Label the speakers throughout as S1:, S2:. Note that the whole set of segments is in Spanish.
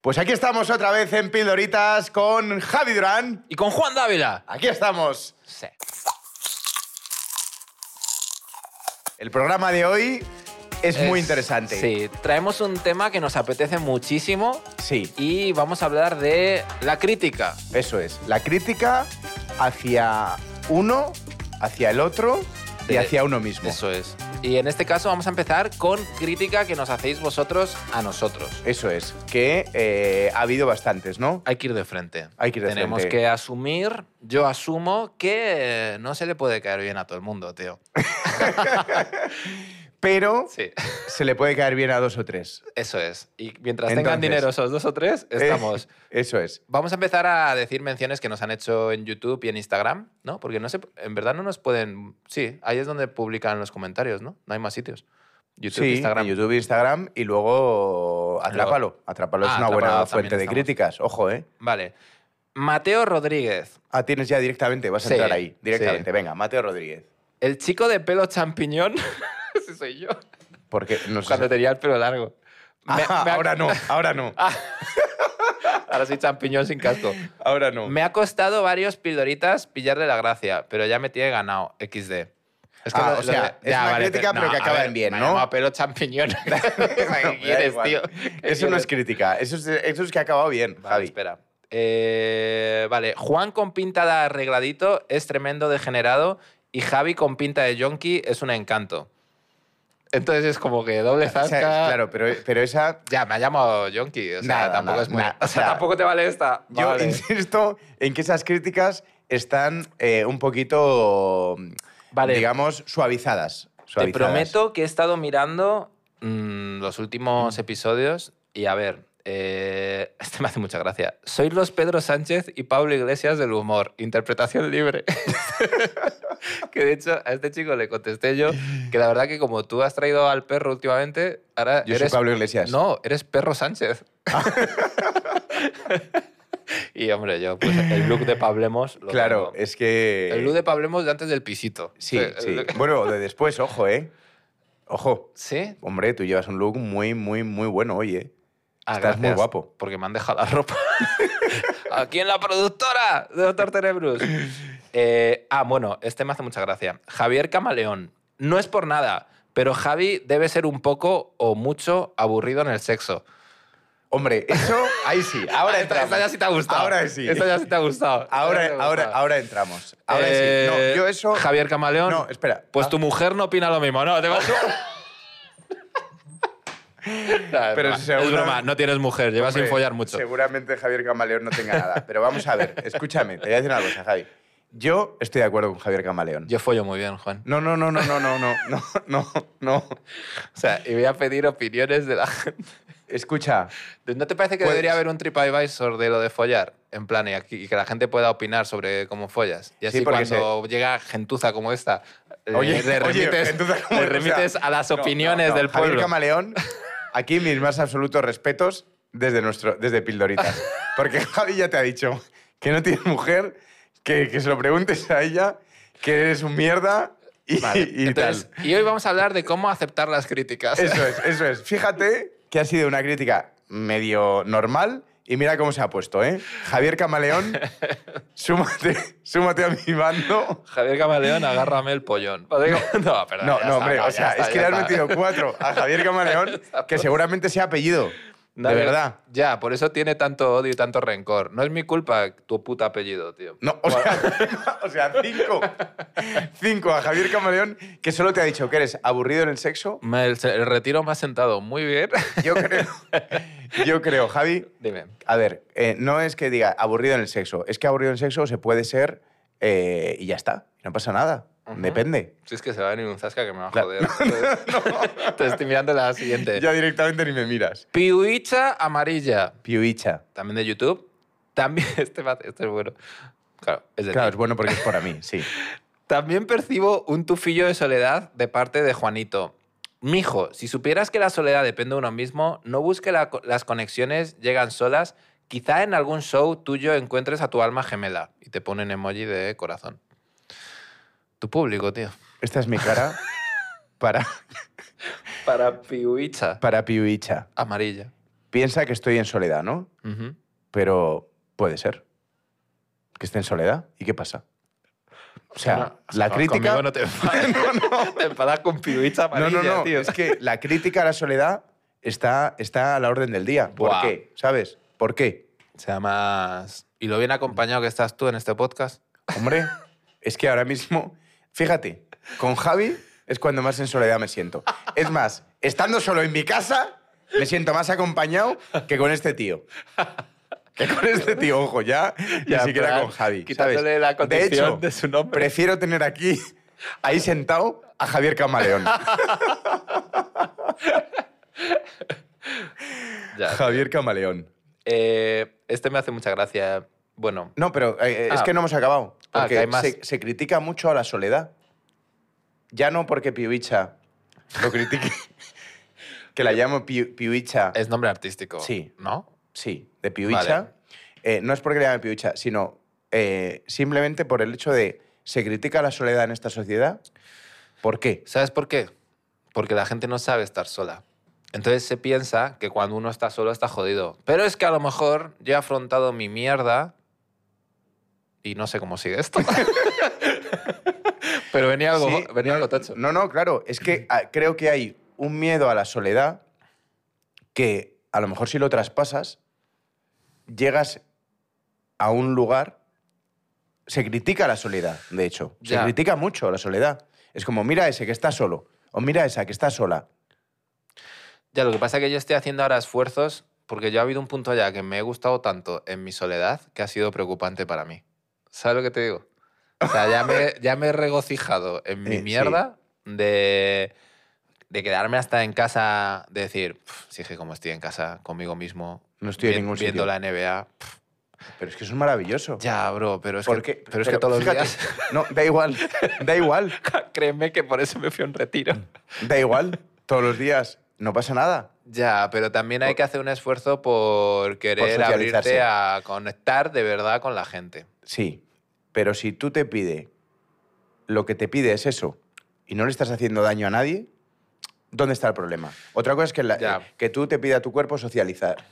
S1: Pues aquí estamos otra vez en Pildoritas con Javi Durán.
S2: Y con Juan Dávila.
S1: Aquí estamos.
S2: Sí.
S1: El programa de hoy es, muy interesante.
S2: Sí, traemos un tema que nos apetece muchísimo
S1: Sí,
S2: y vamos a hablar de la crítica.
S1: eso es. La crítica hacia uno, hacia el otro y
S2: De-
S1: hacia uno mismo.
S2: Eh, Eso es. Y en este caso vamos a empezar con crítica que nos hacéis vosotros a nosotros.
S1: Eso es. Que eh, ha habido bastantes, ¿no?
S2: Hay que ir de frente.
S1: Hay que ir de
S2: Tenemos
S1: frente.
S2: que asumir, yo asumo que eh, no se le puede caer bien a todo el mundo, tío.
S1: Pero
S2: Sí,
S1: se le puede caer bien a dos o tres.
S2: eso es. Y mientras
S1: Entonces-
S2: tengan dinero esos dos o tres, estamos.
S1: Eh, eso es.
S2: Vamos a empezar a decir menciones que nos han hecho en YouTube y en Instagram, ¿no? Porque no sé, en verdad no nos pueden. Sí, ahí es donde publican los comentarios, ¿no? No hay más sitios. YouTube,
S1: sí,
S2: Instagram.
S1: en YouTube, Instagram y luego Atrápalo. Atrápalo es
S2: Ah,
S1: una buena
S2: Atrápalo también
S1: fuente de
S2: estamos.
S1: críticas. Ojo, ¿eh?
S2: Vale. Mateo Rodríguez,
S1: Ah, tienes ya directamente, vas a
S2: Sí,
S1: entrar ahí. Directamente,
S2: sí.
S1: venga, Mateo Rodríguez.
S2: el chico de pelo champiñón. Ese soy yo.
S1: Porque no sé-
S2: Cuando tenía el pelo largo. Me-
S1: Pues Ah,
S2: me ha-
S1: ahora no, ahora no,
S2: Ahora soy champiñón sin casco.
S1: ahora no.
S2: Me ha costado varios pildoritas pillarle la gracia, pero ya me tiene ganado. XD. Es
S1: Ah,
S2: lo-
S1: o
S2: lo
S1: sea,
S2: de-
S1: es una crítica, pero que
S2: a
S1: acaba en bien,
S2: me ha
S1: ¿no?
S2: llamado pelo champiñón. ¿Qué
S1: da
S2: quieres,
S1: igual.
S2: tío? ¿Qué
S1: Eso no
S2: quieres?
S1: es crítica, eso es, eso es que ha acabado bien,
S2: Vale,
S1: Javi.
S2: espera. Eh, vale, Juan con pinta de arregladito es tremendo degenerado y Javi con pinta de yonki es un encanto. Entonces es como que doble
S1: O sea,
S2: zasca.
S1: claro, pero, pero esa...
S2: Ya, me ha llamado yonki. O sea,
S1: Nada,
S2: tampoco
S1: nada,
S2: es muy.
S1: nada,
S2: o sea,
S1: nada.
S2: tampoco te vale esta.
S1: Yo
S2: Vale.
S1: insisto en que esas críticas están eh, un poquito,
S2: Vale.
S1: digamos, suavizadas.
S2: Te
S1: suavizadas.
S2: prometo que he estado mirando mm, los últimos episodios y a ver, eh, este me hace mucha gracia. Sois los Pedro Sánchez y Pablo Iglesias del humor, interpretación libre. que de hecho a este chico le contesté yo que la verdad que como tú has traído al perro últimamente, ahora
S1: Yo soy
S2: eres...
S1: Pablo Iglesias.
S2: No, eres perro Sánchez. y hombre, yo, pues el look de Pablemos... lo
S1: Claro,
S2: tengo.
S1: es que...
S2: El look de Pablemos de antes del pisito.
S1: Sí,
S2: El
S1: sí.
S2: look-
S1: Bueno, de después, ojo, ¿eh? Ojo.
S2: ¿Sí?
S1: Hombre, tú llevas un look muy, muy, muy bueno hoy, ¿eh?
S2: Ah,
S1: Estás muy
S2: gracias,
S1: guapo.
S2: Porque me han dejado la ropa. Aquí en la productora de Doctor Tenebrus. Eh, ah, bueno, este me hace mucha gracia. Javier Camaleón. No es por nada, pero Javi debe ser un poco o mucho aburrido en el sexo.
S1: Hombre, eso, ahí sí. Ahora
S2: Ah, esta,
S1: entramos.
S2: esta ya sí te ha gustado.
S1: Ahora sí.
S2: Esta ya sí te ha gustado. Esta ya sí te
S1: Ahora,
S2: ha
S1: ahora,
S2: gustado.
S1: ahora entramos. Ahora
S2: Eh,
S1: sí. No, yo eso.
S2: Javier Camaleón.
S1: No, espera.
S2: Pues
S1: Ah.
S2: tu mujer no opina lo mismo, ¿no? Te vas- No, es
S1: Pero
S2: broma,
S1: seguro-
S2: es broma, no tienes mujer, llevas sin
S1: Hombre,
S2: follar mucho.
S1: Seguramente Javier Camaleón no tenga nada. Pero vamos a ver, escúchame, te voy a decir una cosa, Javi. Yo estoy de acuerdo con Javier Camaleón.
S2: Yo follo muy bien, Juan.
S1: No, no, no, no, no, no, no, no, no, no.
S2: O sea, y voy a pedir opiniones de la gente.
S1: Escucha,
S2: ¿No te parece que
S1: Puedes.
S2: debería haber un TripAdvisor de lo de follar? En plan, y, aquí- y que la gente pueda opinar sobre cómo follas. Y así
S1: Sí, porque
S2: cuando llega gentuza como esta, Eh, le-
S1: Oye,
S2: le
S1: oye,
S2: remites,
S1: entonces, ¿cómo?
S2: le
S1: O sea,
S2: remites a las
S1: no, no,
S2: opiniones
S1: no.
S2: del pueblo.
S1: Javier Camaleón, aquí mis más absolutos respetos desde, nuestro, desde Pildoritas. Porque Javi ya te ha dicho que no tienes mujer, que, que se lo preguntes a ella, que eres un mierda y,
S2: Vale,
S1: y
S2: entonces,
S1: tal.
S2: y hoy vamos a hablar de cómo aceptar las críticas.
S1: Eso es, eso es. Fíjate que ha sido una crítica medio normal y mira cómo se ha puesto, ¿eh? Javier Camaleón, súmate, súmate a mi bando.
S2: Javier Camaleón, agárrame el pollón. No,
S1: No,
S2: perdón, ya
S1: no,
S2: está,
S1: hombre,
S2: no,
S1: o
S2: ya
S1: sea,
S2: está,
S1: es que
S2: ya
S1: le has
S2: está.
S1: metido cuatro a Javier Camaleón, que seguramente sea apellido.
S2: No,
S1: de
S2: ya-
S1: verdad.
S2: Ya, por eso tiene tanto odio y tanto rencor. No es mi culpa tu puta apellido, tío.
S1: No, o sea, o sea, cinco. Cinco a Javier Camaleón, que solo te ha dicho que eres aburrido en el sexo.
S2: Me- el, el retiro me ha sentado muy bien.
S1: Yo creo, yo creo, Javi.
S2: Dime.
S1: A ver, eh, no es que diga aburrido en el sexo, es que aburrido en el sexo se puede ser eh, y ya está, no pasa nada,
S2: Ujú.
S1: depende.
S2: Si es que se va a venir un zasca que me va a
S1: Claro.
S2: joder. Te estoy mirando la siguiente.
S1: Ya directamente ni me miras.
S2: Piuicha amarilla.
S1: Piuicha.
S2: También de YouTube. También. Este, va- este es bueno. Claro, es de
S1: Claro,
S2: ti.
S1: es bueno porque es para mí, sí.
S2: También percibo un tufillo de soledad de parte de Juanito. Mijo, si supieras que la soledad depende de uno mismo, no busque la co- las conexiones, llegan solas. Quizá en algún show tuyo encuentres a tu alma gemela. Y te ponen emoji de corazón. Tu público, tío.
S1: Esta es mi cara para,
S2: Para Piuicha.
S1: para Piuicha.
S2: Amarilla.
S1: piensa que estoy en soledad, ¿no?
S2: Ujú.
S1: Pero puede ser que esté en soledad. ¿Y qué pasa? O sea,
S2: No,
S1: la
S2: no,
S1: crítica...
S2: conmigo no te enfadas. Te enfadas con piruicha
S1: No,
S2: amarilla,
S1: no, no.
S2: tío.
S1: Es que la crítica a la soledad está, está a la orden del día. ¿Por
S2: Buah.
S1: qué? ¿Sabes? ¿Por qué?
S2: Sea más... Y lo bien acompañado que estás tú en este podcast.
S1: Hombre, es que ahora mismo, fíjate, con Javi es cuando más en soledad me siento. Es más, estando solo en mi casa, me siento más acompañado que con este tío. Que con este tío, ojo, ya,
S2: Ya,
S1: ni siquiera
S2: en plan,
S1: con Javi.
S2: quitándole
S1: ¿sabes?
S2: la
S1: de
S2: condición
S1: hecho,
S2: de su nombre.
S1: prefiero tener aquí, ahí sentado, a Javier Camaleón.
S2: Ya.
S1: Javier Camaleón.
S2: Eh, este me hace mucha gracia. Bueno,
S1: No, pero eh, eh, es
S2: Ah.
S1: que no hemos acabado.
S2: Ah,
S1: Porque
S2: que hay más.
S1: Se, se critica mucho a la soledad. Ya no porque Piuicha lo critique. que la llamo Piu- Piuicha.
S2: es nombre artístico.
S1: Sí.
S2: ¿No?
S1: Sí, de Piuicha.
S2: Vale.
S1: Eh, no es porque le llame Piuicha, sino eh, simplemente por el hecho de se critica la soledad en esta sociedad. ¿Por qué?
S2: ¿Sabes por qué? Porque la gente no sabe estar sola. Entonces se piensa que cuando uno está solo está jodido. Pero es que a lo mejor yo he afrontado mi mierda y no sé cómo sigue esto. Pero venía algo,
S1: Sí,
S2: venía algo tocho.
S1: No, no, claro. Es que ah, creo que hay un miedo a la soledad que a lo mejor si lo traspasas, llegas a un lugar... Se critica la soledad, de hecho. Se
S2: Ya.
S1: critica mucho la soledad. Es como, mira ese que está solo. O mira esa que está sola.
S2: Ya, lo que pasa es que yo estoy haciendo ahora esfuerzos porque yo ha habido un punto ya que me he gustado tanto en mi soledad que ha sido preocupante para mí. ¿Sabes lo que te digo? O sea, ya me, ya me he regocijado en mi
S1: Eh, sí.
S2: mierda de, de quedarme hasta en casa, de decir, "Pf, sí que como estoy en casa conmigo mismo,
S1: No estoy en
S2: vi-
S1: ningún
S2: viendo
S1: sitio.
S2: la NBA, pf,
S1: Pero es que eso es maravilloso.
S2: ya, bro, pero es,
S1: Porque-
S2: que, pero es que todos
S1: fíjate,
S2: los días,
S1: No, da igual, da igual,
S2: créeme que por eso me fui a un
S1: Mm.
S2: retiro.
S1: da igual. Todos los días no pasa nada.
S2: Ya, pero también hay
S1: Por-
S2: que hacer un esfuerzo por querer
S1: socializarse.
S2: abrirte a conectar de verdad con la gente.
S1: Sí, pero si tú te pide, lo que te pide es eso, y no le estás haciendo daño a nadie, ¿dónde está el problema? Otra cosa es que, la-
S2: Ya.
S1: eh, que tú te pide a tu cuerpo socializar.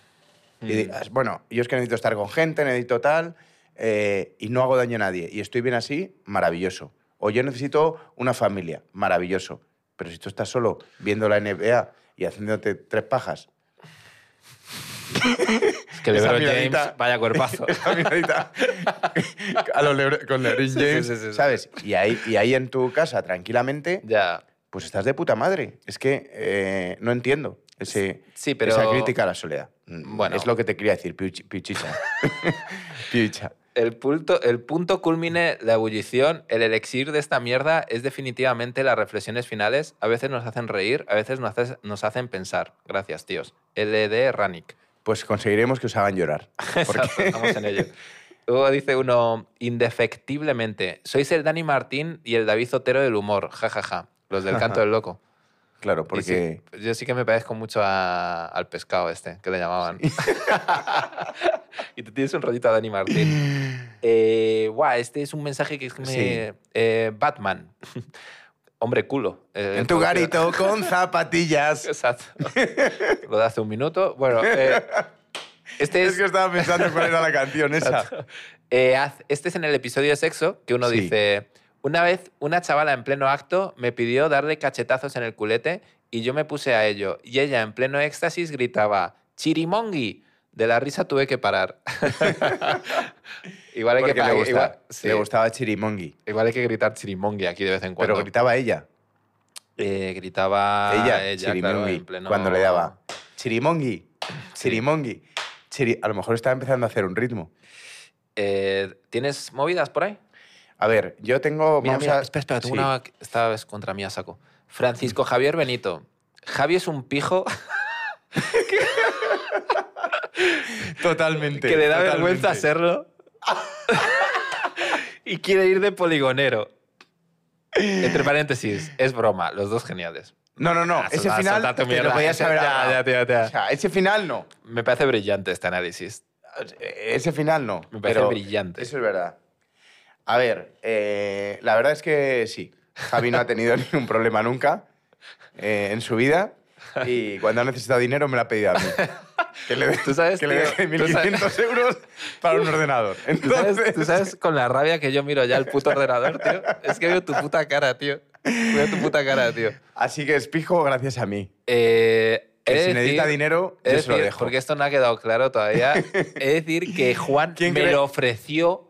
S1: Y
S2: Mm.
S1: digas, bueno, yo es que necesito estar con gente, necesito tal, eh, y no hago daño a nadie, y estoy bien así, maravilloso. O yo necesito una familia, maravilloso. Pero si tú estás solo viendo la NBA y haciéndote tres pajas,
S2: Es que
S1: Esa
S2: LeBron
S1: miradita-
S2: James, vaya cuerpazo.
S1: Esa miradita. a los Lebr- con LeBron
S2: Sí,
S1: James,
S2: sí, sí, sí.
S1: ¿sabes? Y ahí, y ahí en tu casa, tranquilamente,
S2: ya.
S1: pues estás de puta madre. Es que eh, no entiendo ese-
S2: Sí, pero.
S1: esa crítica a la soledad. Mm,
S2: Bueno.
S1: Es lo que te quería decir, Piuchi- Piuchicha. Piucha.
S2: El punto, el punto culmine, la ebullición, el elixir de esta mierda es definitivamente las reflexiones finales. A veces nos hacen reír, a veces nos, haces- nos hacen pensar. Gracias, tíos. LD Rannick.
S1: Pues conseguiremos que os hagan llorar.
S2: Exacto, estamos en ello. Luego dice uno, indefectiblemente, sois el Dani Martín y el David Zotero del humor, jajaja, los del canto del loco.
S1: Claro,
S2: Y
S1: porque.
S2: sí, yo sí que me parezco mucho a- al pescado este, que le llamaban. y tú tienes un rollito a Dani Martín. Eh, guau, este es un mensaje que es que me...
S1: Sí.
S2: eh, Batman. Hombre culo. Eh,
S1: En tu
S2: porque-
S1: garito con zapatillas.
S2: Exacto. Lo de hace un minuto. Bueno, eh, este
S1: Es
S2: es...
S1: que estaba pensando cuál era la canción esa.
S2: Eh, haz- este es en el episodio de sexo que uno
S1: Sí.
S2: dice, una vez una chavala en pleno acto me pidió darle cachetazos en el culete y yo me puse a ello. Y ella en pleno éxtasis gritaba, chirimongi. De la risa tuve que parar. igual, hay que
S1: Porque
S2: parar
S1: le, gusta-
S2: igual, sí,
S1: le gustaba Chirimongi.
S2: igual hay que gritar chirimongi aquí de vez en
S1: Pero
S2: cuando.
S1: gritaba ella.
S2: Eh, gritaba
S1: ella,
S2: ella, claro,
S1: Chirimongi,
S2: en pleno-
S1: cuando le daba Chirimongi, Chirimongi. Chiri- a lo mejor está empezando a hacer un ritmo.
S2: Eh, ¿Tienes movidas por ahí?
S1: A ver, yo tengo...
S2: Mira,
S1: vamos
S2: mira,
S1: a-
S2: espera, espera, tengo
S1: sí.
S2: una que esta vez contra mí a saco. Francisco Javier Benito. Javi es un pijo
S1: Totalmente.
S2: que le da
S1: totalmente.
S2: vergüenza hacerlo y quiere ir de poligonero. Entre paréntesis, es broma, los dos geniales.
S1: No, no, no.
S2: Ah,
S1: ese
S2: solta-
S1: final
S2: solta tu
S1: te lo
S2: mierda.
S1: podías haber
S2: Ya,
S1: ahorrado.
S2: ya, tío, tío.
S1: O sea, ese final no.
S2: Me parece brillante este análisis.
S1: Ese final no.
S2: Me parece
S1: pero
S2: brillante.
S1: Eso es verdad. A ver, eh, la verdad es que sí. Javi no ha tenido ningún problema nunca eh, en su vida y cuando ha necesitado dinero me lo ha pedido a mí. Que le,
S2: Tú sabes,
S1: que le
S2: tío,
S1: deje
S2: tú sabes-
S1: 1.500 euros para un ordenador.
S2: ¿Tú sabes,
S1: Entonces,
S2: tú sabes con la rabia que yo miro ya el puto ordenador, tío? Es que veo tu puta cara, tío. Veo tu puta cara, tío.
S1: Así que espijo gracias a mí.
S2: Eh, he
S1: Que
S2: de
S1: si necesita
S2: decir-
S1: dinero,
S2: he
S1: yo
S2: de
S1: se lo
S2: decir,
S1: dejo.
S2: Porque esto no ha quedado claro todavía. He de decir que Juan me
S1: ¿Quién cree-
S2: lo ofreció,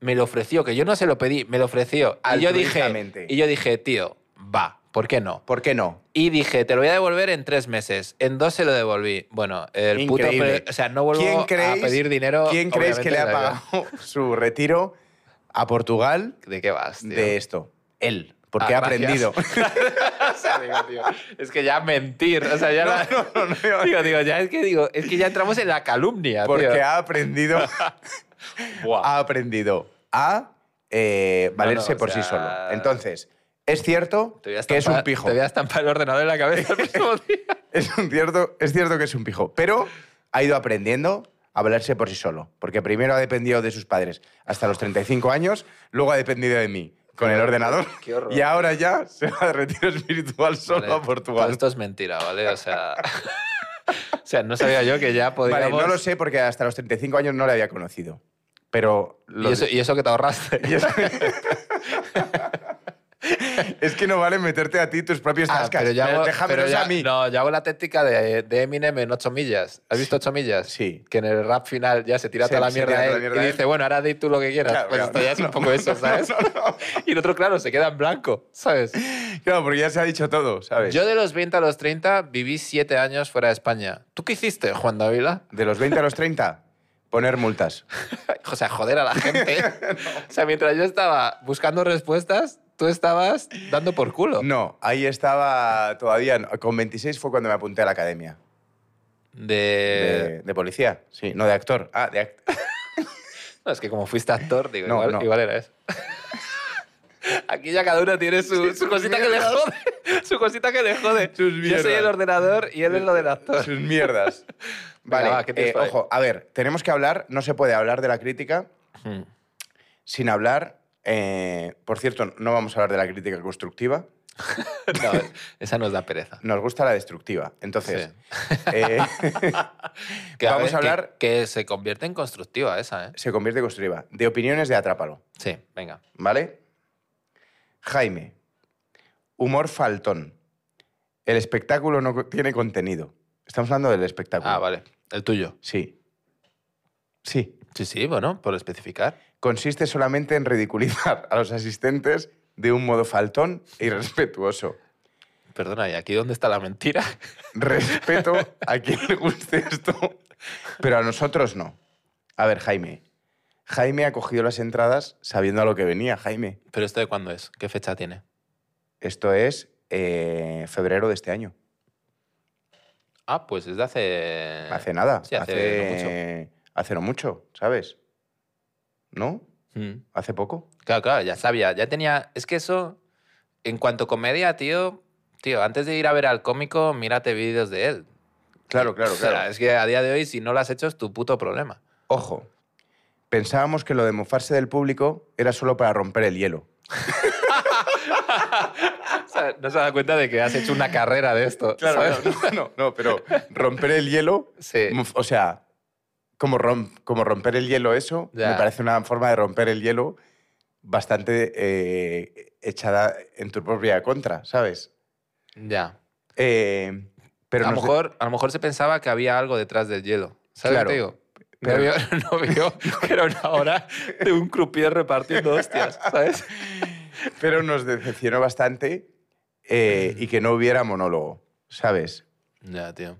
S2: me lo ofreció, que yo no se lo pedí, me lo ofreció. Y yo dije,
S1: Altruistamente.
S2: y yo dije, tío, va, ¿por qué no?
S1: ¿Por qué no?
S2: Y dije, te lo voy a devolver en tres meses. En dos se lo devolví. Bueno, el
S1: Increíble.
S2: puto. pre- O sea, no vuelvo
S1: ¿Quién
S2: a
S1: creéis-
S2: pedir dinero.
S1: ¿Quién creéis que le ha
S2: obviamente, o sea,
S1: pagado su retiro a Portugal
S2: ¿De qué vas, tío?
S1: de esto? Él, porque
S2: Ah,
S1: ha
S2: gracias.
S1: aprendido.
S2: O sea, digo, tío, es que ya mentir. O sea, ya. la-
S1: No, no, no, no,
S2: Digo, digo, ya es que digo, es que ya entramos en la calumnia,
S1: porque
S2: tío.
S1: ha aprendido,
S2: Buah.
S1: ha aprendido a eh, valerse
S2: o
S1: por sí
S2: sea-
S1: solo. Entonces, es cierto
S2: Te voy a
S1: que es un
S2: estampar-
S1: pijo.
S2: Te voy a estampar el ordenador en la cabeza el próximo día.
S1: Es, un cierto, es cierto que es un pijo, pero ha ido aprendiendo a valerse por sí solo, porque primero ha dependido de sus padres hasta los 35 años, luego ha dependido de mí con el ordenador
S2: qué horror.
S1: y ahora ya se va de retiro espiritual solo
S2: Vale,
S1: a
S2: todo
S1: Portugal.
S2: esto es mentira, ¿vale? O sea. o sea, no sabía yo que ya podíamos.
S1: Vale, no lo sé porque hasta los 35 años no le había conocido, pero lo-
S2: Y eso, y eso que te ahorraste.
S1: y eso- es que no vale meterte a ti tus propios
S2: Ah,
S1: tascas.
S2: pero yo hago, pero
S1: Déjamelos
S2: ya-
S1: a mí.
S2: No, yo hago la técnica de, de Eminem en 8 millas. ¿Has visto 8 millas?
S1: Sí.
S2: Que en el rap final ya se tira
S1: Se-
S2: toda la
S1: se
S2: mierda,
S1: tira
S2: a
S1: toda
S2: él
S1: la mierda
S2: y
S1: a él.
S2: dice, bueno, ahora di tú lo que quieras.
S1: Claro,
S2: pues
S1: claro,
S2: esto ya es
S1: no,
S2: un poco
S1: no,
S2: eso,
S1: no,
S2: ¿sabes?
S1: no, no.
S2: Y el otro, claro, se queda en blanco, ¿sabes?
S1: Claro, porque ya se ha dicho todo, ¿sabes?
S2: Yo de los 20 a los 30 viví 7 años fuera de España. ¿Tú qué hiciste, Juan Dávila?
S1: De los 20 a los 30, poner multas.
S2: O sea, joder a la gente. O sea, mientras yo estaba buscando respuestas, tú estabas dando por culo.
S1: No, ahí estaba todavía. no, Con 26 fue cuando me apunté a la academia.
S2: De...
S1: De,
S2: Eh,
S1: de policía, sí. No, de actor. Ah, de actor.
S2: No, es que como fuiste actor, digo,
S1: No,
S2: igual,
S1: no.
S2: igual era eso. Aquí ya cada uno tiene su, su cosita que le jode. Su cosita que le jode.
S1: Sus
S2: yo soy el
S1: mierdas.
S2: ordenador y él es lo del actor.
S1: Sus mierdas. Vale,
S2: va, ¿qué tienes
S1: eh,
S2: por ahí?
S1: ojo, a ver, tenemos que hablar, no se puede hablar de la crítica
S2: Hmm.
S1: sin hablar. eh, por cierto, no vamos a hablar de la crítica constructiva,
S2: No, esa nos da pereza.
S1: nos gusta la destructiva. Entonces, eh,
S2: Que
S1: Vamos
S2: ver,
S1: a hablar-
S2: Que, que se convierte en constructiva esa, ¿eh?
S1: se convierte en constructiva. De opiniones de Atrápalo.
S2: Sí, venga.
S1: ¿Vale? Jaime, humor faltón. El espectáculo no co- tiene contenido. Estamos hablando del espectáculo.
S2: Ah, vale. El tuyo.
S1: Sí. Sí.
S2: Sí, sí, bueno, por especificar.
S1: Consiste solamente en ridiculizar a los asistentes de un modo faltón e irrespetuoso.
S2: Perdona, ¿y aquí dónde está la mentira?
S1: Respeto a quien le guste esto, pero a nosotros no. A ver, Jaime. Jaime ha cogido las entradas sabiendo a lo que venía, Jaime.
S2: ¿Pero esto de cuándo es? ¿Qué fecha tiene?
S1: Esto es eh, febrero de este año.
S2: Ah, pues es de hace...
S1: Hace nada.
S2: Sí, hace
S1: hace, hace no mucho, ¿sabes? ¿No?
S2: Hmm.
S1: ¿Hace poco?
S2: Claro, claro, ya sabía, ya tenía... Es que eso, en cuanto a comedia, tío, tío, antes de ir a ver al cómico, mírate vídeos de él.
S1: Claro, claro,
S2: O sea,
S1: claro.
S2: es que a día de hoy, si no lo has hecho, es tu puto problema.
S1: Ojo, pensábamos que lo de mofarse del público era solo para romper el hielo.
S2: O sea, no se da cuenta de que has hecho una carrera de esto. ¿sabes?
S1: no, no, no, pero romper el hielo,
S2: Sí.
S1: mof- o sea, como, rom- como romper el hielo eso,
S2: Ya.
S1: me parece una forma de romper el hielo bastante eh, echada en tu propia contra, ¿sabes?
S2: Ya.
S1: Eh, pero
S2: a, lo
S1: nos de-
S2: mejor, a lo mejor se pensaba que había algo detrás del hielo. ¿Sabes
S1: Claro,
S2: lo que te digo?
S1: pero-
S2: No, vio, no vio que era una hora de un croupier repartiendo hostias, ¿sabes?
S1: pero nos decepcionó bastante eh, y que no hubiera monólogo, ¿sabes?
S2: Ya, tío.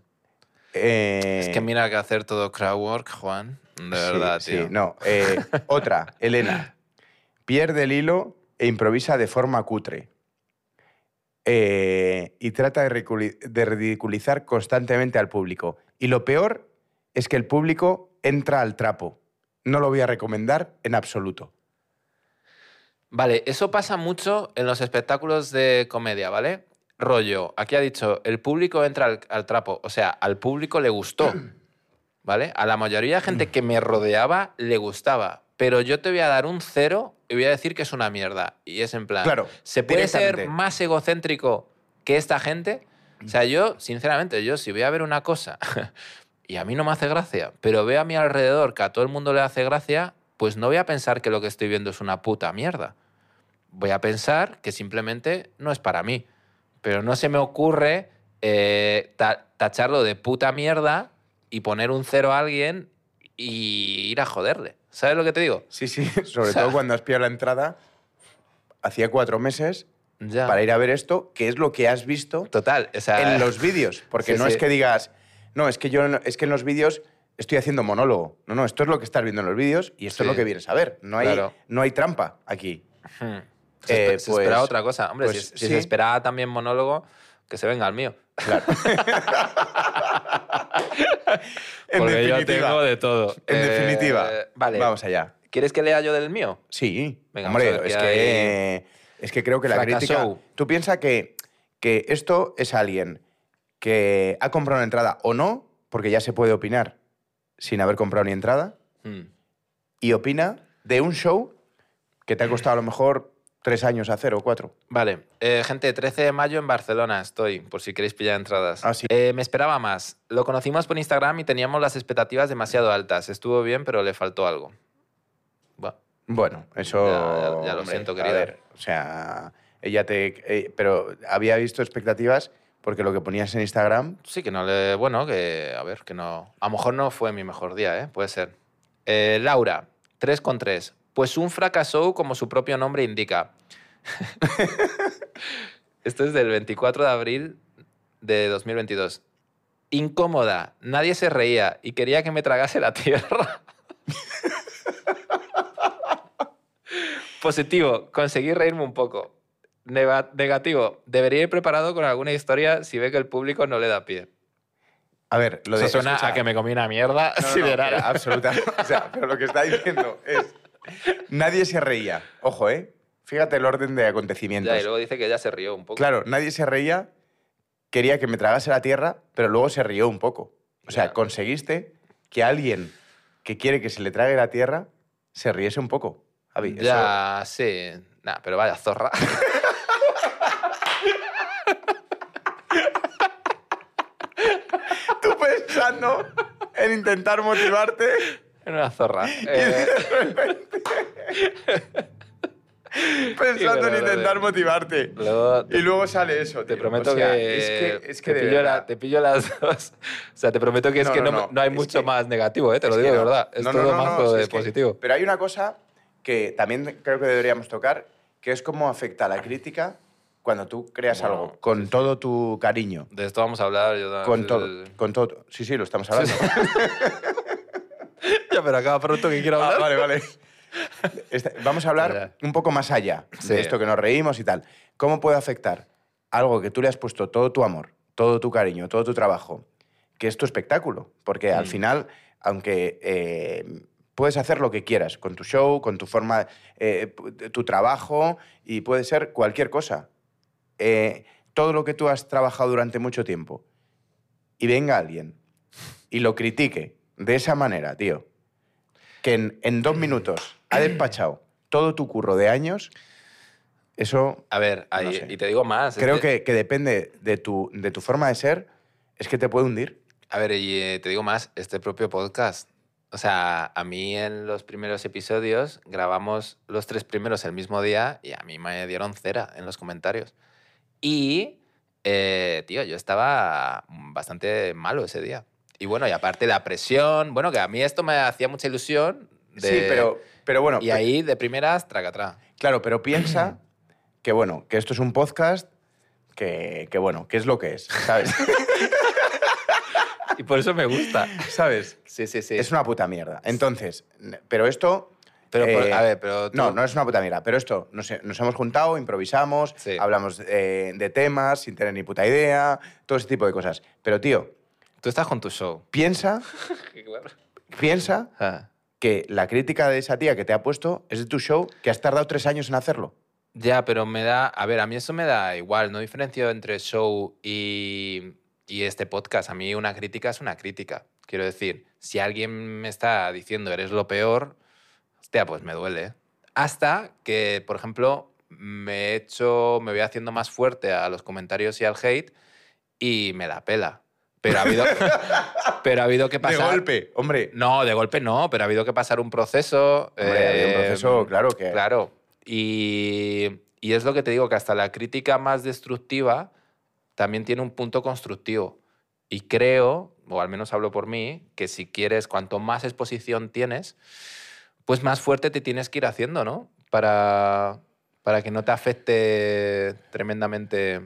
S1: Eh,
S2: Es que mira que hacer todo crowd work, Juan. De
S1: sí,
S2: verdad,
S1: sí,
S2: tío.
S1: no. eh, otra, Elena. Pierde el hilo e improvisa de forma cutre. Eh, y trata de, riculi- de ridiculizar constantemente al público. Y lo peor es que el público entra al trapo. No lo voy a recomendar en absoluto.
S2: Vale, eso pasa mucho en los espectáculos de comedia, ¿vale? Rollo, aquí ha dicho, el público entra al, al trapo, o sea, al público le gustó, ¿vale? A la mayoría de gente que me rodeaba le gustaba, pero yo te voy a dar un cero y voy a decir que es una mierda. Y es en plan,
S1: Claro,
S2: Ah, ¿se puede ser
S1: directamente.
S2: más egocéntrico que esta gente? O sea, yo, sinceramente, yo si voy a ver una cosa y a mí no me hace gracia, pero veo a mi alrededor que a todo el mundo le hace gracia, pues no voy a pensar que lo que estoy viendo es una puta mierda. Voy a pensar que simplemente no es para mí. Pero no se me ocurre eh, ta- tacharlo de puta mierda y poner un cero a alguien y ir a joderle. ¿Sabes lo que te digo?
S1: Sí, sí, sobre
S2: O sea-
S1: todo cuando has pillado la entrada. Hacía cuatro meses
S2: Ya.
S1: para ir a ver esto, que es lo que has visto
S2: Total, o sea,
S1: en los vídeos. Porque
S2: Sí,
S1: no es
S2: sí.
S1: que digas, no, es que yo no- es que en los vídeos estoy haciendo monólogo. No, no, esto es lo que estás viendo en los vídeos y esto
S2: Sí.
S1: es lo que vienes a ver. No hay,
S2: Claro.
S1: no hay trampa aquí.
S2: Hmm. Se,
S1: Eh,
S2: espe- se
S1: pues-
S2: esperaba otra cosa. Hombre, si-
S1: pues
S2: si,
S1: sí.
S2: se esperaba también monólogo, que se venga el mío.
S1: Claro. en
S2: Porque yo
S1: definitiva.
S2: tengo de todo.
S1: En
S2: Eh,
S1: definitiva.
S2: Vale.
S1: Vamos allá.
S2: ¿Quieres que lea yo del mío?
S1: Sí,
S2: Venga,
S1: hombre,
S2: vamos a ver
S1: es
S2: qué
S1: que, es que creo que la crítica...
S2: Fracasó.
S1: Tú piensas que, que esto es alguien que ha comprado una entrada o no, porque ya se puede opinar sin haber comprado ni entrada,
S2: Hmm.
S1: y opina de un show que te ha costado a lo mejor tres años hacer o cuatro.
S2: Vale, Eh, gente, 13 de mayo en Barcelona estoy, por si queréis pillar entradas.
S1: Ah, sí.
S2: Eh, me esperaba más. Lo conocimos por Instagram y teníamos las expectativas demasiado altas. Estuvo bien, pero le faltó algo. Buah.
S1: Bueno, eso...
S2: Ya- ya- ya lo siento,
S1: a
S2: querida.
S1: ver, o sea, ella te... eh, pero había visto expectativas porque lo que ponías en Instagram...
S2: Sí, que no le. Bueno, que. A ver, que no. A lo mejor no fue mi mejor día, ¿eh? Puede ser. Eh, Laura, 3 con 3. Pues un fracaso, como su propio nombre indica. Esto es del 24 de abril de 2022. Incómoda, nadie se reía y quería que me tragase la tierra. Positivo, conseguí reírme un poco. Neva- negativo, debería ir preparado con alguna historia si ve que el público no le da pie.
S1: A ver, lo
S2: Eso
S1: de...
S2: suena
S1: escucha,
S2: a que me comí una mierda
S1: No, no, no,
S2: sideral.
S1: pero absolutamente. O sea, pero lo que está diciendo es. Nadie se reía. Ojo, ¿eh? Fíjate el orden de acontecimientos.
S2: Ya, y luego dice que ya se rió un poco.
S1: Claro, nadie se reía. Quería que me tragase la tierra, pero luego se rió un poco. O sea,
S2: Ya.
S1: conseguiste que alguien que quiere que se le trague la tierra se riese un poco. Javi, eso-
S2: ya, sí. Nah, pero vaya zorra.
S1: Tú pensando en intentar motivarte.
S2: Era una zorra.
S1: y
S2: Eh,
S1: de repente- Pensando en
S2: verdad,
S1: intentar
S2: eh.
S1: motivarte.
S2: luego
S1: Y
S2: te,
S1: luego sale eso.
S2: te
S1: tío.
S2: prometo
S1: O sea,
S2: que,
S1: Es que, es que
S2: te,
S1: de
S2: pillo la-
S1: verdad.
S2: te pillo las dos. O sea, te prometo que es
S1: No,
S2: que
S1: no,
S2: no,
S1: no,
S2: no hay
S1: es
S2: mucho
S1: que-
S2: más negativo, eh, te lo
S1: Es que
S2: digo de
S1: no.
S2: verdad. Es
S1: No, no,
S2: todo
S1: no, no,
S2: mazo
S1: sí,
S2: de
S1: es que-
S2: positivo.
S1: pero hay una cosa que también creo que deberíamos tocar, que es cómo afecta la crítica cuando tú creas
S2: Bueno,
S1: algo con todo tu cariño.
S2: De esto vamos a hablar. yo-
S1: Con
S2: Ah, sí,
S1: todo,
S2: sí, sí.
S1: con todo. tu- Sí, sí, lo estamos hablando.
S2: Ya, pero acaba pronto que quiero
S1: Ah,
S2: hablar.
S1: vale, vale. Este- vamos a hablar
S2: Vale.
S1: un poco más allá
S2: Sí.
S1: de esto que nos reímos y tal. ¿Cómo puede afectar algo que tú le has puesto todo tu amor, todo tu cariño, todo tu trabajo, que es tu espectáculo? Porque al
S2: Mm.
S1: final, aunque eh, puedes hacer lo que quieras con tu show, con tu forma, eh, pu- tu trabajo y puede ser cualquier cosa. Eh, todo lo que tú has trabajado durante mucho tiempo y venga alguien y lo critique de esa manera, tío, que en, en dos minutos ha despachado todo tu curro de años, eso
S2: A ver, ahí-
S1: No sé.
S2: y te digo más. es
S1: creo que, que depende de tu, de tu forma de ser, es que te puede hundir.
S2: A ver, y eh, te digo más, este propio podcast. O sea, a mí en los primeros episodios grabamos los tres primeros el mismo día y a mí me dieron cera en los comentarios. Y, eh, tío, yo estaba bastante malo ese día. Y bueno, y aparte la presión, bueno, que a mí esto me hacía mucha ilusión. de-
S1: Sí, pero, pero bueno,
S2: Y ahí de primeras, traca, atrás.
S1: claro, pero piensa que bueno, que esto es un podcast que, que bueno, que es lo que es, ¿sabes?
S2: Y por eso me gusta.
S1: ¿Sabes?
S2: Sí, sí, sí.
S1: Es una puta mierda. Entonces, n- pero esto
S2: Pero, por-
S1: eh,
S2: a ver, pero... tú-
S1: No, no es una puta mierda, pero esto, nos, nos hemos juntado, improvisamos,
S2: Sí.
S1: hablamos eh, de temas sin tener ni puta idea, todo ese tipo de cosas. Pero, tío,
S2: Tú estás con tu show.
S1: piensa, piensa
S2: Ah.
S1: que la crítica de esa tía que te ha puesto es de tu show que has tardado tres años en hacerlo.
S2: Ya, pero me da. A ver, a mí eso me da igual. No diferencio entre show y, y este podcast. A mí una crítica es una crítica. Quiero decir, si alguien me está diciendo eres lo peor, hostia, pues me duele. Hasta que, por ejemplo, me he hecho. Me voy haciendo más fuerte a los comentarios y al hate y me la pela. Pero ha habido, pero ha habido que
S1: De
S2: pasar.
S1: golpe, hombre.
S2: No, de golpe no, pero ha habido que pasar un proceso.
S1: Hombre, mm, había un
S2: eh,
S1: proceso, claro que.
S2: Claro. Y, y es lo que te digo, que hasta la crítica más destructiva también tiene un punto constructivo. Y creo, o al menos hablo por mí, que si quieres, cuanto más exposición tienes, pues más fuerte te tienes que ir haciendo, ¿no? Para, para que no te afecte tremendamente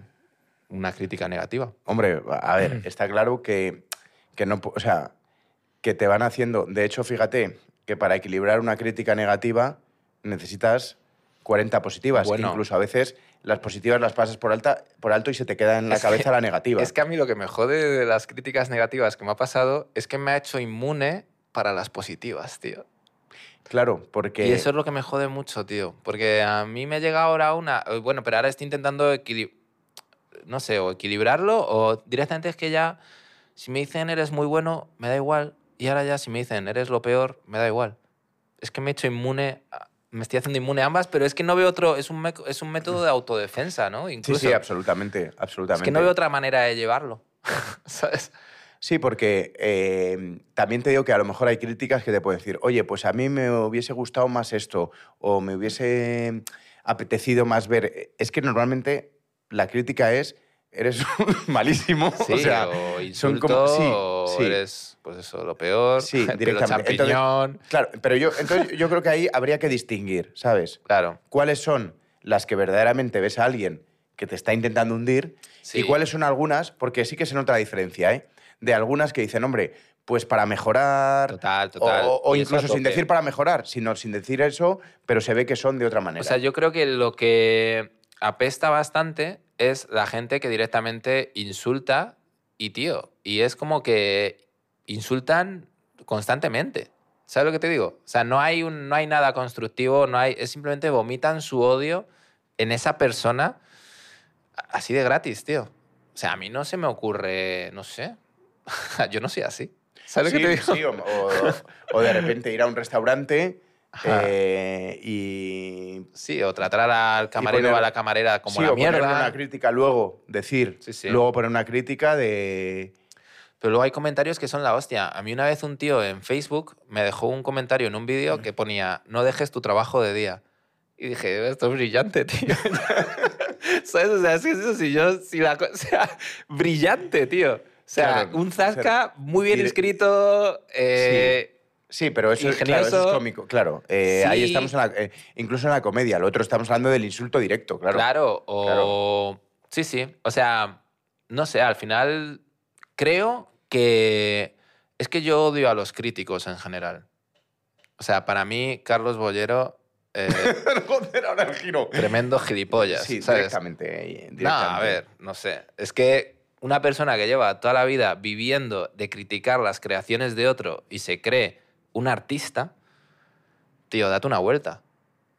S2: una crítica negativa.
S1: Hombre, a ver, está claro que, que no, pu- o sea, que te van haciendo. De hecho, fíjate que para equilibrar una crítica negativa necesitas 40 positivas.
S2: Bueno.
S1: Incluso a veces las positivas las pasas por, alta, por alto y se te queda en la
S2: Es que-
S1: cabeza la negativa.
S2: Es que a mí lo que me jode de las críticas negativas que me ha pasado es que me ha hecho inmune para las positivas, tío.
S1: Claro, porque.
S2: Y eso es lo que me jode mucho, tío. Porque a mí me ha llegado ahora una. eh, Bueno, pero ahora estoy intentando equilibrar. No sé, o equilibrarlo, o directamente es que ya. Si me dicen eres muy bueno, me da igual. Y ahora ya, si me dicen eres lo peor, me da igual. Es que me he hecho inmune. a- Me estoy haciendo inmune a ambas, pero es que no veo otro. Es un, meco- es un método de autodefensa, ¿no?
S1: Sí,
S2: Incluso.
S1: sí, absolutamente,
S2: es
S1: absolutamente.
S2: que no veo otra manera de llevarlo. ¿Sabes?
S1: Sí, porque eh, también te digo que a lo mejor hay críticas que te pueden decir, oye, pues a mí me hubiese gustado más esto o me hubiese apetecido más ver. Eh, Es que normalmente la crítica es, eres un malísimo.
S2: Sí,
S1: o sea, son como-
S2: insulto,
S1: sí,
S2: o
S1: sí.
S2: eres, pues eso, lo peor.
S1: Sí,
S2: el pelo
S1: directamente. Entonces-
S2: champiñón.
S1: claro, pero yo, entonces, yo creo que ahí habría que distinguir, ¿sabes?
S2: Claro.
S1: ¿Cuáles son las que verdaderamente ves a alguien que te está intentando hundir
S2: Sí.
S1: ¿Y cuáles son algunas? Porque sí que se nota la diferencia, ¿eh? De algunas que dicen, hombre, pues para mejorar.
S2: Total,
S1: o-
S2: total.
S1: O,
S2: Y eso a
S1: incluso sin
S2: tope.
S1: decir para mejorar, sino sin decir eso, pero se ve que son de otra manera.
S2: O sea, yo creo que lo que apesta bastante es la gente que directamente insulta y tío. Y es como que insultan constantemente. ¿Sabes lo que te digo? O sea, no hay, un, no hay nada constructivo, no hay, es simplemente vomitan su odio en esa persona a- así de gratis, tío. O sea, a mí no se me ocurre, no sé. yo no soy así. ¿Sabes
S1: sí,
S2: lo que te digo?
S1: sí, o, o- o de repente ir a un restaurante
S2: Ajá.
S1: eh, y.
S2: Sí, o tratar al camarero
S1: poner-
S2: o a la camarera como
S1: sí,
S2: la
S1: o ponerle
S2: mierda.
S1: una crítica luego, decir.
S2: Sí, sí.
S1: Luego poner una crítica de.
S2: Pero luego hay comentarios que son la hostia. A mí una vez un tío en Facebook me dejó un comentario en un
S1: Mm.
S2: vídeo que ponía, no dejes tu trabajo de día. Y dije, esto es brillante, tío. ¿Sabes? O sea, es que eso si yo... Si la, co- o sea, brillante, tío. O sea,
S1: Claro,
S2: un zasca muy bien
S1: dire-
S2: escrito. eh,
S1: Sí, pero eso, es- claro, eso es
S2: Ingenioso.
S1: cómico, claro. Eh, Ahí
S2: Sí.
S1: estamos, en la- eh, incluso en la comedia. Lo otro estamos hablando del insulto directo, claro.
S2: Claro, o... Sí, sí. O sea, no sé, al final creo que... Es que yo odio a los críticos en general. O sea, para mí, Carlos Bollero, eh,
S1: Joder, ahora el giro.
S2: tremendo gilipollas.
S1: Sí,
S2: ¿sabes?
S1: directamente. eh,
S2: No, a
S1: directamente.
S2: ver, no sé. Es que una persona que lleva toda la vida viviendo de criticar las creaciones de otro y se cree un artista, tío, date una vuelta.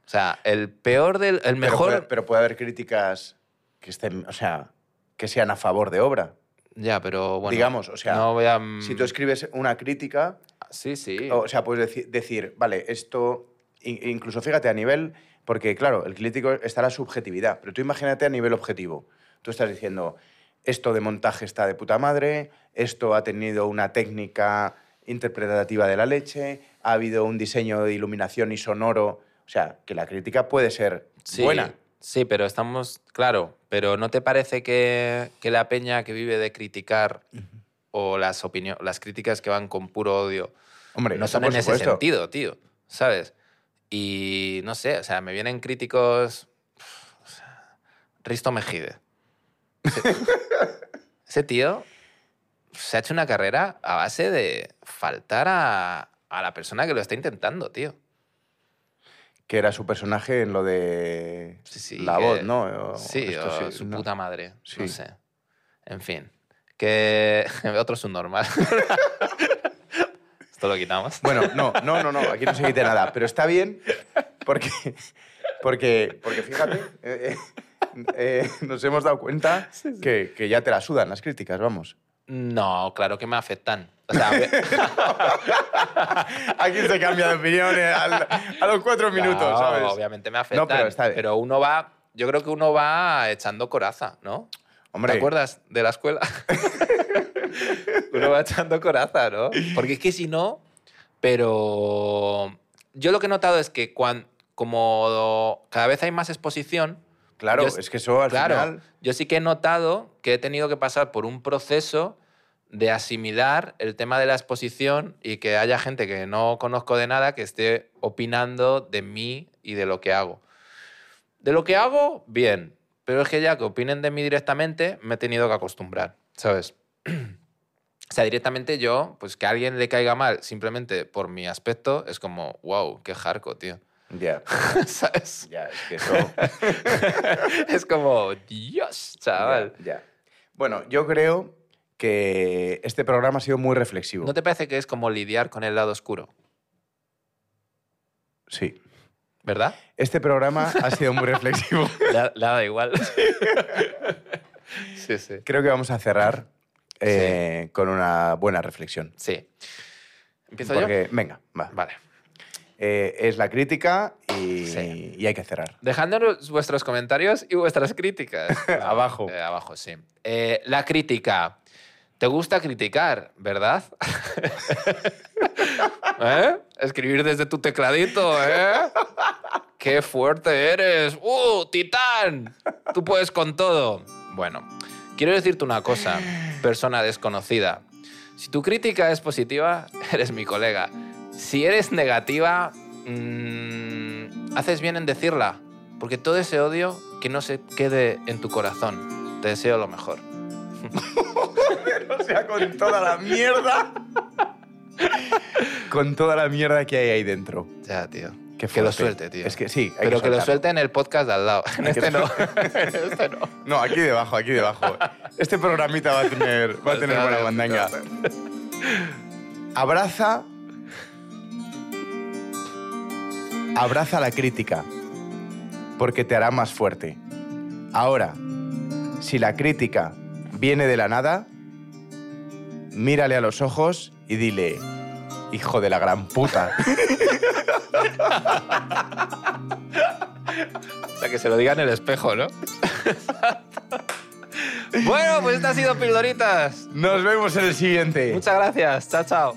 S2: O sea, el peor del...
S1: Pero
S2: El mejor...
S1: puede- Pero, puede haber críticas que estén, o sea, que sean a favor de obra.
S2: ya, pero bueno.
S1: digamos, o sea,
S2: no voy a... mm,
S1: Si tú escribes una crítica,
S2: Sí, Mm. sí.
S1: o sea, puedes deci- decir, vale, esto. in- Incluso fíjate a nivel. Porque, claro, el crítico está la subjetividad, pero tú imagínate a nivel objetivo. Tú estás diciendo, esto de montaje está de puta madre, esto ha tenido una técnica interpretativa de la leche, ha habido un diseño de iluminación y sonoro. O sea, que la crítica puede ser
S2: Sí,
S1: buena.
S2: Sí, pero estamos, claro, pero ¿no te parece que, que la peña que vive de criticar o las, opinio- las críticas que van con puro odio
S1: Hombre,
S2: no
S1: eso
S2: son
S1: por
S2: en ese
S1: supuesto.
S2: sentido, tío? ¿Sabes? Y no sé, o sea, me vienen críticos... o sea, Risto Mejide. Ese- Ese tío se ha hecho una carrera a base de faltar a, a la persona que lo está intentando, tío.
S1: Que era su personaje en lo de
S2: Sí, sí,
S1: la
S2: que-
S1: voz, ¿no? O
S2: Sí,
S1: esto
S2: o
S1: sí,
S2: su
S1: no.
S2: puta madre.
S1: Sí.
S2: No sé. En fin. Que otro subnormal. Esto lo quitamos.
S1: Bueno, no, no, no, no, aquí no se quite nada, pero está bien porque, porque, porque fíjate, eh, eh, eh, nos hemos dado cuenta Que, que ya te la sudan las críticas, vamos.
S2: No, claro que me afectan. O sea, me-
S1: Aquí se cambia de opinión eh, al- a los cuatro minutos,
S2: No,
S1: ¿sabes?
S2: Obviamente me
S1: No,
S2: afectan.
S1: pero está bien.
S2: pero uno va. Yo creo que uno va echando coraza, ¿no?
S1: Hombre,
S2: ¿Te acuerdas de la escuela? Uno va echando coraza, ¿no? Porque es que si no, pero yo lo que he notado es que cuando, como cada vez hay más exposición,
S1: Claro,
S2: Yo-
S1: es que eso al
S2: claro,
S1: final...
S2: yo sí que he notado que he tenido que pasar por un proceso de asimilar el tema de la exposición y que haya gente que no conozco de nada que esté opinando de mí y de lo que hago. De lo que hago, bien, pero es que ya que opinen de mí directamente, me he tenido que acostumbrar, ¿sabes? O sea, directamente yo, pues que a alguien le caiga mal simplemente por mi aspecto, es como, wow, qué jarco, tío.
S1: Ya,
S2: ¿Sabes?
S1: ya, es que eso...
S2: es como, Dios, chaval.
S1: Ya, ya. Bueno, yo creo que este programa ha sido muy reflexivo.
S2: ¿No te parece que es como lidiar con el lado oscuro?
S1: Sí.
S2: ¿Verdad?
S1: Este programa ha sido muy reflexivo.
S2: La, la da igual. sí, sí.
S1: Creo que vamos a cerrar eh, con una buena reflexión.
S2: Sí. ¿Empiezo
S1: Porque, venga, va.
S2: yo? Vale.
S1: Eh, es la crítica y,
S2: Sí.
S1: y hay que cerrar.
S2: Dejándonos vuestros comentarios y vuestras críticas.
S1: Abajo.
S2: Eh, abajo, sí. Eh, la crítica. Te gusta criticar, ¿verdad? ¿Eh? Escribir desde tu tecladito, ¿eh? ¡Qué fuerte eres! ¡Uh, titán! Tú puedes con todo. Bueno, quiero decirte una cosa, persona desconocida. Si tu crítica es positiva, eres mi colega. Si eres negativa, mm, haces bien en decirla, porque todo ese odio que no se quede en tu corazón. Te deseo lo mejor.
S1: O sea, con toda la mierda. con toda la mierda que hay ahí dentro.
S2: Ya, tío.
S1: Qué
S2: que lo
S1: fuerte.
S2: suelte, tío.
S1: Es que sí, hay
S2: Pero que, lo
S1: soltarlo.
S2: suelte en el podcast de al lado. En
S1: Hay que
S2: este no.
S1: soltarlo.
S2: En este no.
S1: No, aquí debajo, aquí debajo. Este programita va a tener, va a tener buena mandanga. Abraza. Abraza la crítica, porque te hará más fuerte. Ahora, si la crítica viene de la nada, mírale a los ojos y dile, hijo de la gran puta.
S2: O sea, que se lo diga en el espejo, ¿no? bueno, pues esta ha sido Pildoritas.
S1: Nos vemos en el siguiente.
S2: Muchas gracias. Chao, chao.